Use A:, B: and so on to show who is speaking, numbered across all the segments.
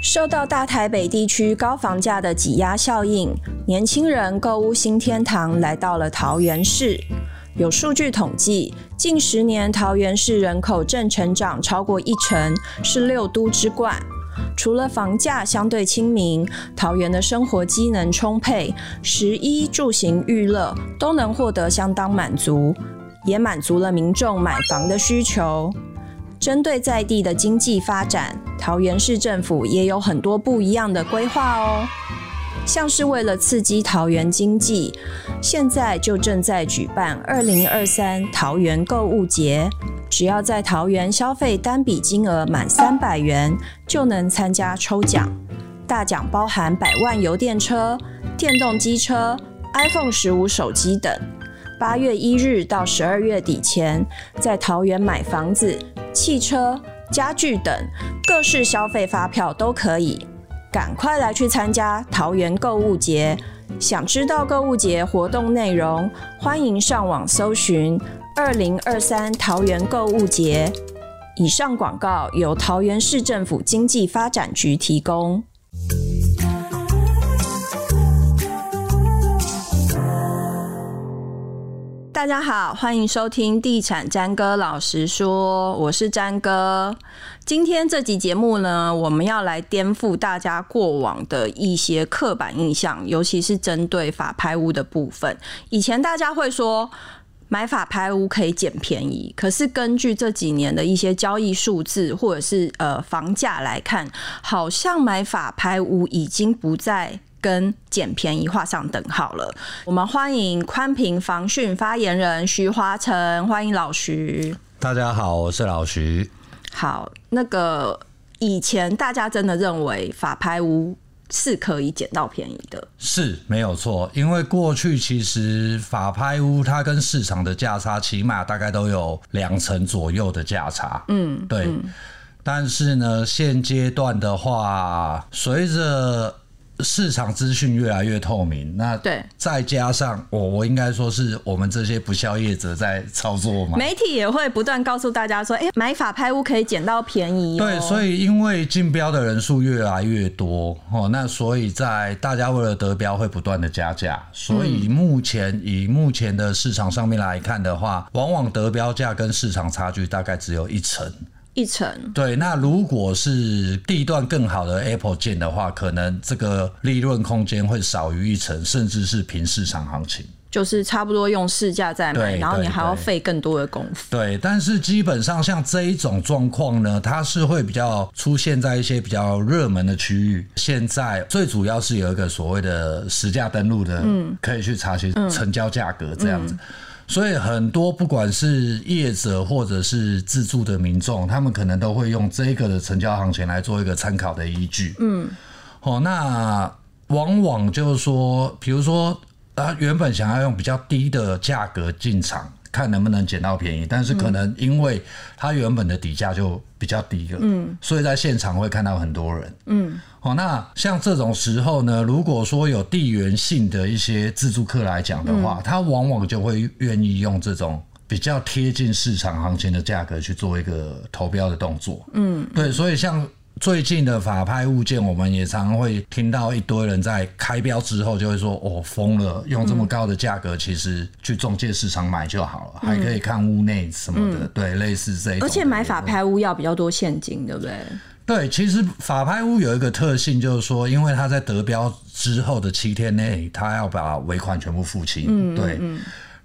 A: 受到大台北地区高房价的挤压效应，年轻人购物新天堂来到了桃园市。有数据统计，近十年桃园市人口正成长超过一成，是六都之冠。除了房价相对亲民，桃园的生活机能充沛，食衣住行娱乐都能获得相当满足，也满足了民众买房的需求。针对在地的经济发展，桃园市政府也有很多不一样的规划哦。像是为了刺激桃园经济，现在就正在举办二零二三桃园购物节。只要在桃园消费单笔金额满三百元，就能参加抽奖。大奖包含百万油电车、电动机车、iPhone 十五手机等。八月一日到十二月底前，在桃园买房子、汽车、家具等各式消费发票都可以。赶快来去参加桃园购物节！想知道购物节活动内容，欢迎上网搜寻“二零二三桃园购物节”。以上广告由桃园市政府经济发展局提供。大家好，欢迎收听《地产詹哥老实说》，我是詹哥。今天这集节目呢，我们要来颠覆大家过往的一些刻板印象，尤其是针对法拍屋的部分。以前大家会说买法拍屋可以捡便宜，可是根据这几年的一些交易数字或者是呃房价来看，好像买法拍屋已经不再。跟捡便宜画上等号了。我们欢迎宽频防汛发言人徐华成，欢迎老徐。
B: 大家好，我是老徐。
A: 好，那个以前大家真的认为法拍屋是可以捡到便宜的，
B: 是没有错，因为过去其实法拍屋它跟市场的价差起码大概都有两成左右的价差。
A: 嗯，
B: 对。但是呢，现阶段的话，随着市场资讯越来越透明，那
A: 对
B: 再加上我我应该说是我们这些不肖业者在操作嘛，
A: 媒体也会不断告诉大家说，哎、买法拍屋可以捡到便宜、哦。
B: 对，所以因为竞标的人数越来越多哦，那所以在大家为了得标会不断的加价，所以目前、以目前的市场上面来看的话，往往得标价跟市场差距大概只有一成。
A: 一层
B: 对，那如果是地段更好的 Apple 建的话，可能这个利润空间会少于一成，甚至是平市场行情。
A: 就是差不多用市价在买，
B: 对
A: 然后你
B: 对
A: 还要
B: 对
A: 费更多的功夫。
B: 对，但是基本上像这一种状况呢，它是会比较出现在一些比较热门的区域。现在最主要是有一个所谓的实价登录的，可以去查询成交价格这样子。所以很多不管是业者或者是自住的民众，他们可能都会用这个的成交行情来做一个参考的依据。嗯，哦，那往往就是说，比如说他原本想要用比较低的价格进场，看能不能捡到便宜，但是可能因为他原本的底价就比较低了，嗯，所以在现场会看到很多人，嗯，哦，那像这种时候呢，如果说有地缘性的一些自助客来讲的话，他往往就会愿意用这种。比较贴近市场行情的价格去做一个投标的动作，嗯，对，所以像最近的法拍物件，我们也常会听到一堆人在开标之后就会说：“哦，疯了，用这么高的价格，其实去中介市场买就好了，还可以看屋内什么的。对，类似这一种
A: 嗯
B: 的。
A: 而且买法拍屋要比较多现金，对不对？
B: 对，其实法拍屋有一个特性，就是说，因为他在得标之后的七天内，他要把尾款全部付清。
A: 嗯
B: 对。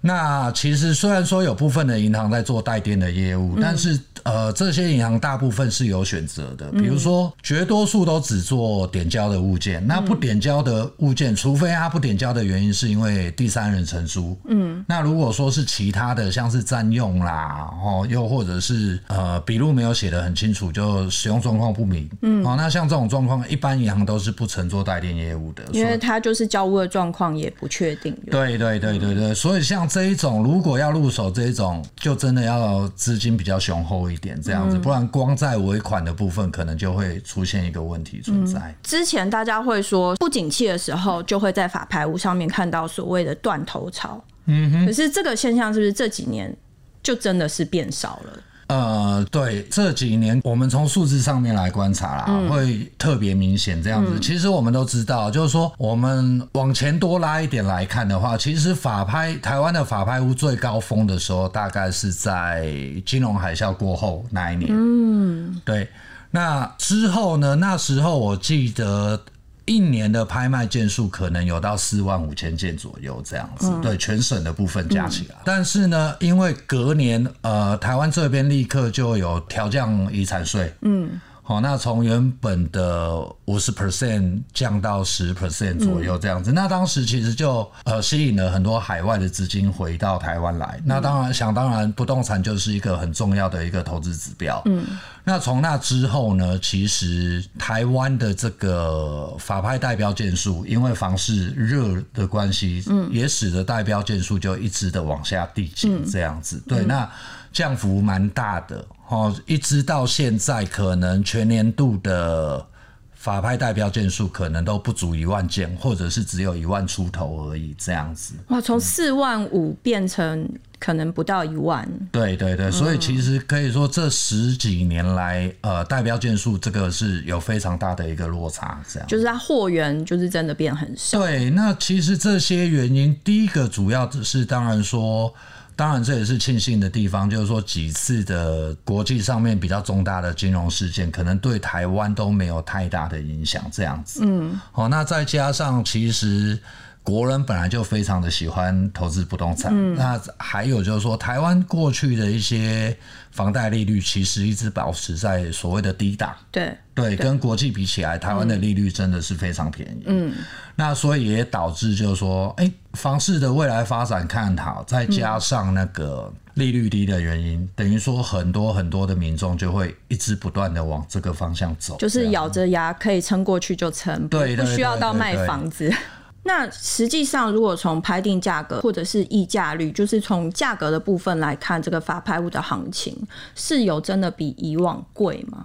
B: 那其实虽然说有部分的银行在做代垫的业务，但是呃，这些银行大部分是有选择的，比如说绝多数都只做点交的物件，那不点交的物件，除非它不点交的原因是因为第三人承租，嗯，那如果说是其他的，像是占用啦，哦，又或者是呃笔录没有写的很清楚，就使用状况不明，嗯，哦，那像这种状况，一般银行都是不承做代垫业务的，
A: 因为它就是交屋的状况也不确定。对不对
B: 对对对对对，所以像这一种，如果要入手这一种，就真的要资金比较雄厚一点，这样子，不然光在尾款的部分，可能就会出现一个问题存在。
A: 之前大家会说不景气的时候，就会在法拍屋上面看到所谓的断头潮。嗯哼，可是这个现象是不是这几年就真的是变少了？
B: 呃，对，这几年我们从数字上面来观察啦，会特别明显这样子。其实我们都知道，就是说我们往前多拉一点来看的话，其实法拍台湾的法拍屋最高峰的时候，大概是在金融海啸过后那一年。嗯，对。那之后呢？那时候我记得一年的拍卖件数可能有到四万五千件左右这样子，对全省的部分加起来。嗯但是呢，因为隔年呃，台湾这边立刻就有调降遗产税，嗯。好、那从原本的五十 percent 降到十 percent 左右这样子，那当时其实就呃吸引了很多海外的资金回到台湾来。那当然，想当然，不动产就是一个很重要的一个投资指标。嗯，那从那之后呢，其实台湾的这个法拍代标件数，因为房市热的关系，嗯，也使得代标件数就一直的往下递减这样子。对，那降幅蛮大的。哦，一直到现在，可能全年度的法拍代标件数可能都不足一万件，或者是只有一万出头而已，这样子。
A: 哇，从四万五变成可能不到一万，
B: 对对对，所以其实可以说这十几年来，呃，代标件数这个是有非常大的一个落差，这样。
A: 就是它货源就是真的变很少。
B: 对，那其实这些原因，第一个主要是当然说，当然这也是庆幸的地方，就是说几次的国际上面比较重大的金融事件，可能对台湾都没有太大的影响，这样子。嗯，好、那再加上其实。国人本来就非常的喜欢投资不动产，那还有就是说，台湾过去的一些房贷利率其实一直保持在所谓的低档，
A: 对，
B: 对，跟国际比起来，台湾的利率真的是非常便宜。嗯，那所以也导致就是说，哎、房市的未来发展看好，再加上那个利率低的原因，等于说很多很多的民众就会一直不断的往这个方向走。
A: 就是咬着牙可以撑过去就撑，不
B: 啊对对
A: 不需要
B: 对
A: 到
B: 对
A: 卖
B: 对
A: 房子。 那实际上，如果从拍定价格或者是溢价率，就是从价格的部分来看，这个法拍物的行情是有真的比以往贵吗？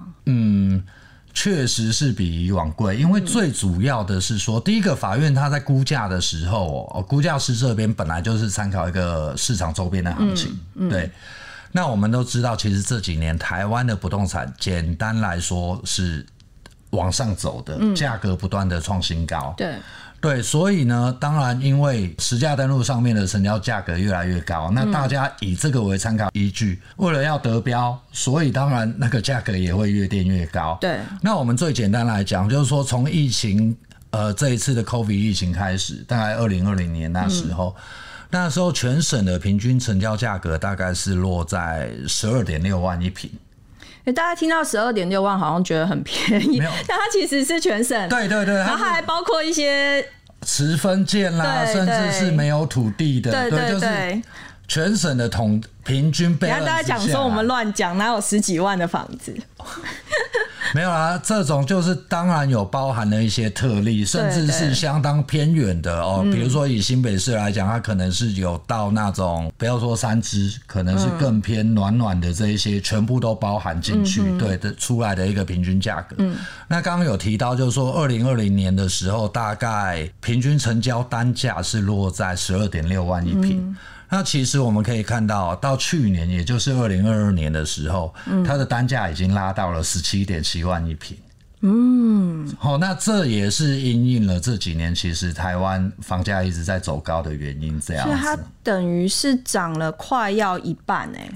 B: 确实是比以往贵，因为最主要的是说，第一个法院他在估价的时候，哦，估价师这边本来就是参考一个市场周边的行情，对。那我们都知道，其实这几年台湾的不动产，简单来说是往上走的，价格不断的创新高，
A: 对，
B: 对，所以呢，当然因为实价登录上面的成交价格越来越高，
A: 嗯
B: 那大家以这个为参考依据，为了要得标，所以当然那个价格也会越垫越高，
A: 对，
B: 那我们最简单来讲，就是说从疫情呃这一次的 COVID 疫情开始，大概二零二零年那时
A: 嗯
B: 候，那时候全省的平均成交价格大概是落在十二点六万一平。
A: 诶大家听到十二点六万好像觉得很便宜
B: 没有，
A: 但它其实是全省，
B: 对对对，
A: 然后
B: 它
A: 还
B: 是
A: 包括一些
B: 持分件啦，
A: 啊对
B: 甚至是
A: 对
B: 没有土地的，
A: 对
B: 对，
A: 对
B: 就是
A: 对，
B: 全省的统平均被
A: 等一下大家讲
B: 啊
A: 说我们乱讲，哪有十几万的房子？
B: 没有啦，这种就是当然有包含了一些特例，甚至
A: 对
B: 是相当偏远的哦。比如说以新北市来讲，它可能是有到那种不要说三支，可能是更偏暖暖的这一些，全部都包含进去，对的出来的一个平均价格。那刚刚有提到，就是说二零二零年的时候，大概平均成交单价是落在十二点六万一平。那其实我们可以看到，到去年，也就是二零二二年的时候，
A: 嗯
B: 它的单价已经拉到了十七点七万一平。嗯，好、那这也是因应了这几年其实台湾房价一直在走高的原因，这样
A: 所以它
B: 子，
A: 等于是涨了快要一半哎、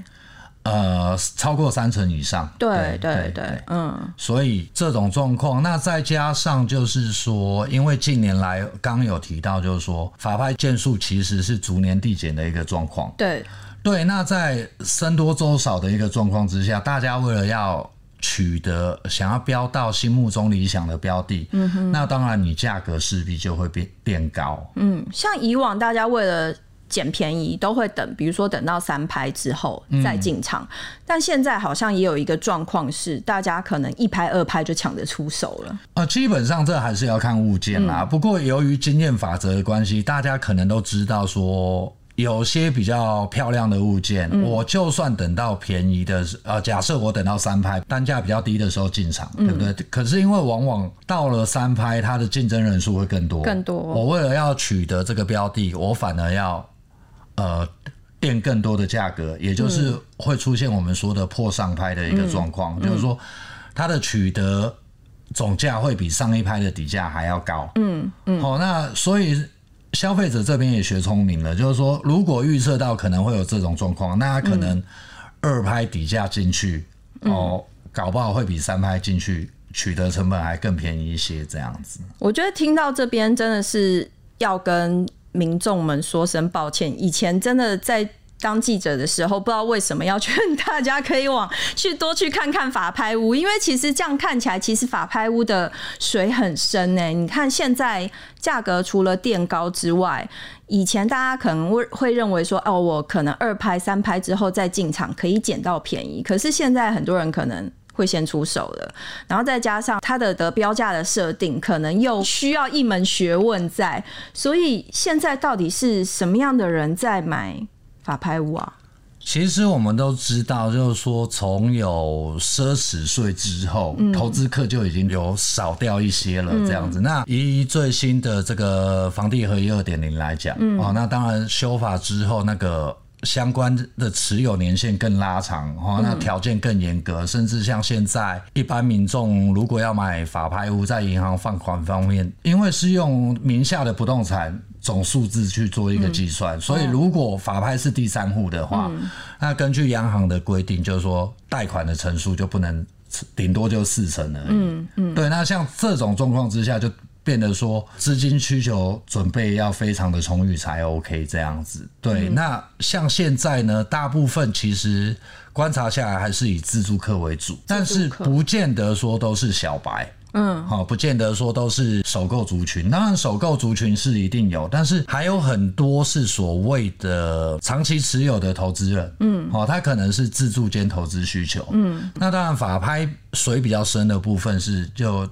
B: 呃，超过三成以上。
A: 对对对，嗯，
B: 所以这种状况，那再加上就是说，因为近年来刚有提到，就是说法拍件数其实是逐年递减的一个状况。
A: 对，
B: 对，那在僧多粥少的一个状况之下，大家为了要取得想要标到心目中理想的标的，嗯哼，那当然你价格势必就会变变高，
A: 嗯，像以往大家为了。捡便宜都会等，比如说等到三拍之后再进场，但现在好像也有一个状况是，大家可能一拍二拍就抢着出手了。
B: 呃，基本上这还是要看物件啦。不过由于经验法则的关系，大家可能都知道说。有些比较漂亮的物件，我就算等到便宜的时，呃，假设我等到三拍单价比较低的时候进场，对不对？可是因为往往到了三拍，它的竞争人数会更多，
A: 更多
B: 我为了要取得这个标的，我反而要呃垫更多的价格，也就是会出现我们说的破上拍的一个状况，就是说它的取得总价会比上一拍的底价还要高。嗯嗯，好、那所以。消费者这边也学聪明了，就是说，如果预测到可能会有这种状况，那他可能二拍底价进去，哦，搞不好会比三拍进去取得成本还更便宜一些，这样子。
A: 我觉得听到这边真的是要跟民众们说声抱歉，以前真的在。当记者的时候，不知道为什么要劝大家可以往去多去看看法拍屋，因为其实这样看起来，其实法拍屋的水很深呢、你看现在价格除了垫高之外，以前大家可能会会认为说，哦，我可能二拍、三拍之后再进场可以捡到便宜，可是现在很多人可能会先出手了，然后再加上它的的标价的设定，可能又需要一门学问在，所以现在到底是什么样的人在买法拍屋啊？
B: 其实我们都知道，就是说，从有奢侈税之后，投资客就已经有少掉一些了，这样子。那以最新的这个房地合一二点零来讲，哦，那当然修法之后，那个相关的持有年限更拉长，哦，那条件更严格，甚至像现在一般民众如果要买法拍屋，在银行放款方面，因为是用名下的不动产。总数字去做一个计算，所以如果法拍是第三户的话，那根据央行的规定，就是说贷款的成数就不能顶多就四成而已。嗯嗯，对。那像这种状况之下，就变得说资金需求准备要非常的充裕才 OK 这样子。对。那像现在呢，大部分其实观察下来还是以自住客为主，但是不见得说都是小白。嗯，好，不见得说都是首购族群，当然首购族群是一定有，但是还有很多是所谓的长期持有的投资人，嗯，好，他可能是自住兼投资需求，嗯，那当然法拍水比较深的部分是就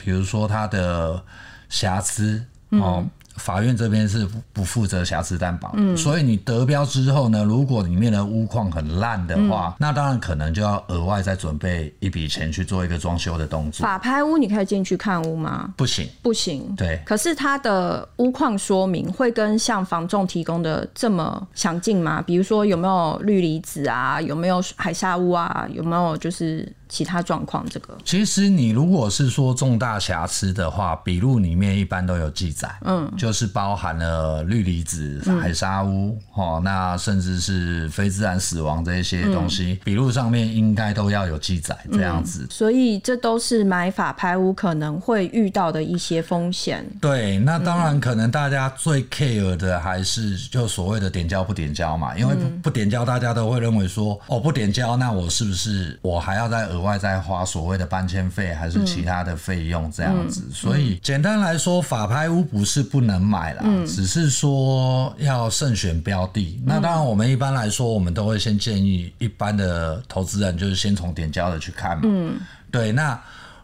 B: 比如说它的瑕疵，哦。法院这边是不负责瑕疵担保，嗯，所以你得标之后呢，如果里面的屋况很烂的话，那当然可能就要额外再准备一笔钱去做一个装修的动作。
A: 法拍屋你可以进去看屋吗？
B: 不行，
A: 不行。
B: 对
A: 可是它的屋况说明会跟像房仲提供的这么详尽吗？比如说有没有氯离子啊，有没有海砂屋啊，有没有就是其他状况？这个
B: 其实你如果是说重大瑕疵的话，笔录里面一般都有记载，嗯，就是包含了氯离子、海砂屋，哦，那甚至是非自然死亡这一些东西，笔录上面应该都要有记载这样子。
A: 所以这都是买法拍屋可能会遇到的一些风险。
B: 对，那当然，可能大家最 care 的还是就所谓的点交不点交嘛，因为不不点交，大家都会认为说，哦，不点交，那我是不是我还要再额外再花所谓的搬迁费，还是其他的费用这样子？所以简单来说，法拍屋不是不能买啦，只是说要慎选标的。那当然，我们一般来说，我们都会先建议一般的投资人就是先从点交的去看嘛，对，那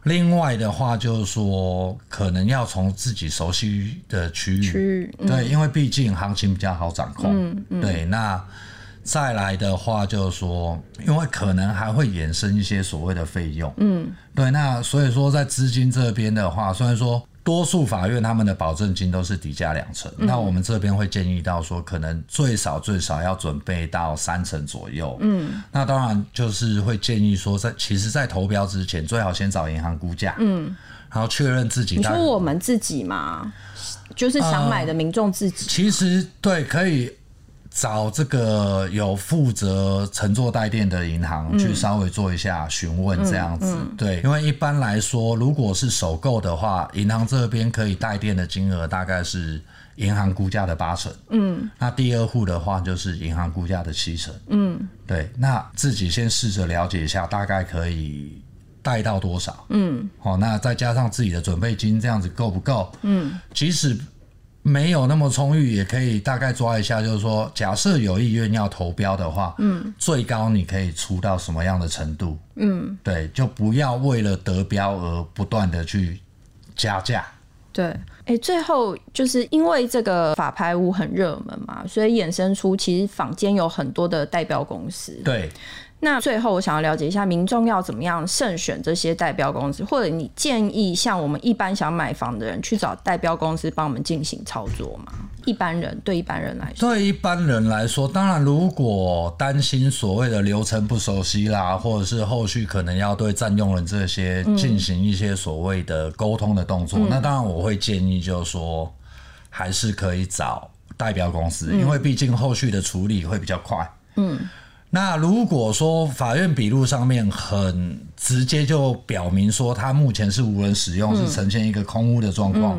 B: 另外的话就是说，可能要从自己熟悉的区域，
A: 区域嗯
B: 对，因为毕竟行情比较好掌控。对，那再来的话就是说，因为可能还会衍生一些所谓的费用。嗯，对，那所以说在资金这边的话，虽然说。多数法院他们的保证金都是底价两成，那我们这边会建议到说，可能最少最少要准备到三成左右。嗯，那当然就是会建议说在，其实，在投标之前，最好先找银行估价，嗯，然后确认自己
A: 你
B: 大概。
A: 说我们自己嘛，就是想买的民众自己。
B: 其实对，可以找这个有负责乘坐带电的银行去稍微做一下询问，这样子、对，因为一般来说，如果是首购的话，银行这边可以带电的金额大概是。银行估价的八成，嗯，那第二户的话就是银行估价的七成，嗯，对，那自己先试着了解一下，大概可以贷到多少，嗯，好、那再加上自己的准备金，这样子够不够？嗯，即使没有那么充裕，也可以大概抓一下，就是说，假设有意愿要投标的话，嗯，最高你可以出到什么样的程度？嗯，对，就不要为了得标而不断的去加价。
A: 对，哎、最后就是因为这个法拍屋很热门嘛，所以衍生出其实坊间有很多的代标公司。
B: 对，
A: 那最后我想要了解一下，民众要怎么样慎选这些代标公司，或者你建议像我们一般想买房的人去找代标公司帮我们进行操作吗？一般人对一般人来说，
B: 对一般人来说，当然如果担心所谓的流程不熟悉啦，或者是后续可能要对占用人这些进行一些所谓的沟通的动作，那当然我会建议就是说，还是可以找代表公司，因为毕竟后续的处理会比较快。那如果说法院笔录上面很直接就表明说它目前是无人使用，是呈现一个空屋的状况，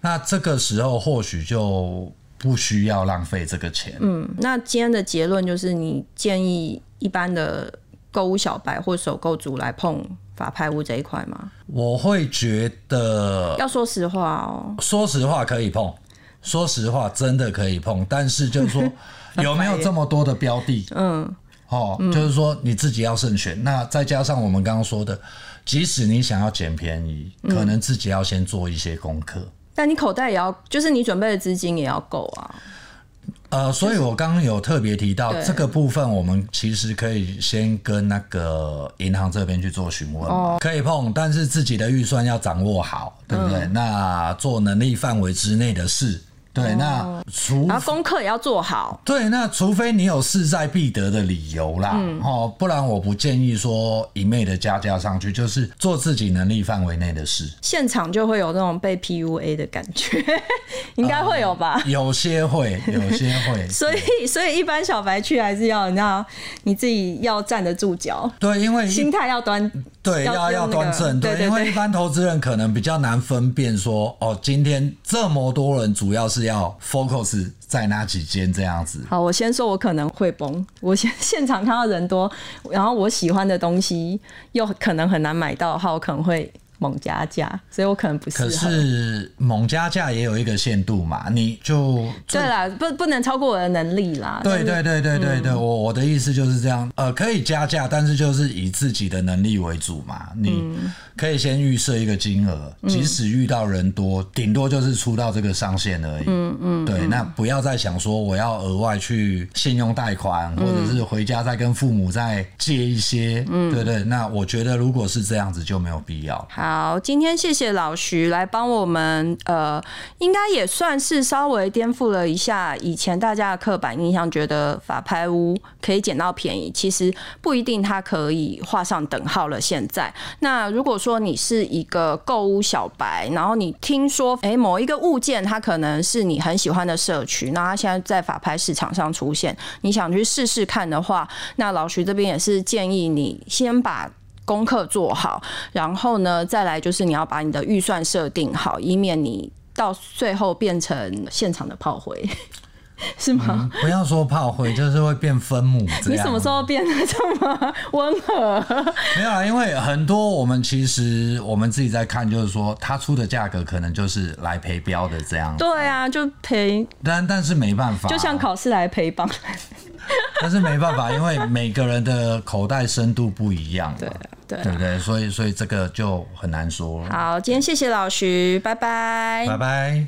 B: 那这个时候或许就不需要浪费这个钱。
A: 嗯，那今天的结论就是，你建议一般的购物小白或首购族来碰法拍屋这一块吗？
B: 我会觉得，
A: 要说实话哦，
B: 说实话可以碰，说实话真的可以碰，但是就是 说有没有这么多的标的？
A: 嗯，
B: 哦，就是说你自己要慎选。那再加上我们刚刚说的，即使你想要捡便宜，
A: 嗯
B: 可能自己要先做一些功课。
A: 但你口袋也要，就是你准备的资金也要够啊。
B: 呃，所以我刚刚有特别提到
A: 对
B: 这个部分，我们其实可以先跟那个银行这边去做询问嘛，可以碰，但是自己的预算要掌握好，对不对？那做能力范围之内的事，对，那除
A: 然后功课也要做好。
B: 对，那除非你有势在必得的理由啦，哦，不然我不建议说一昧的加价上去，就是做自己能力范围内的事。
A: 现场就会有那种被 PUA 的感觉， 应该会有吧？
B: 有些会，有些会，
A: 所以，所以一般小白去还是要你知道，你自己要站得住脚，
B: 对，因为一
A: 心态要端，
B: 对，
A: 要用
B: 要要
A: 那
B: 端
A: 个
B: 正，
A: 对
B: 对，
A: 对
B: 因
A: 对
B: 为一般投资人可能比较难分辨说，哦，今天这么多人主要是要 focus 在哪几间这样子。
A: 好，我先说，我可能会崩。我现现场看到人多，然后我喜欢的东西又可能很难买到的话，我可能会猛加价，所以我可能不适
B: 可
A: 合。
B: 是猛加价也有一个限度嘛，你就
A: 对啦，不不能超过我的能力啦。
B: 对啊对对对对
A: 嗯
B: 对，我我的意思就是这样，呃，可以加价，但是就是以自己的能力为主嘛。你
A: 嗯
B: 可以先预设一个金额，即使遇到人多，顶多就是出到这个上限而已。嗯嗯，对，那不要再想说我要额外去信用贷款，
A: 嗯
B: 或者是回家再跟父母再借一些，
A: 嗯
B: 对对。那我觉得如果是这样子就没有必要。
A: 好，今天谢谢老徐来帮我们，呃，应该也算是稍微颠覆了一下以前大家的刻板印象，觉得法拍屋可以捡到便宜，其实不一定它可以画上等号了。现在，那如果说你是一个购物小白，然后你听说，诶某一个物件它可能是你很喜欢的社区，那它现在在法拍市场上出现，你想去试试看的话，那老徐这边也是建议你先把功课做好，然后呢，再来就是你要把你的预算设定好，以免你到最后变成现场的炮灰， 是吗？
B: 不要说炮灰，就是会变分母这样。
A: 你什么时候变得这么 温和？
B: 没有啦，啊因为很多我们其实我们自己在看，就是说他出的价格可能就是来陪标的这样，
A: 对啊，就陪，
B: 但但是没办法，啊
A: 就像考试来陪榜。
B: 但是没办法，因为每个人的口袋深度不一样嘛，
A: 对啊对啊
B: 对不对？所以所以这个就很难说了，
A: 好，今天谢谢老徐，拜拜
B: 拜拜。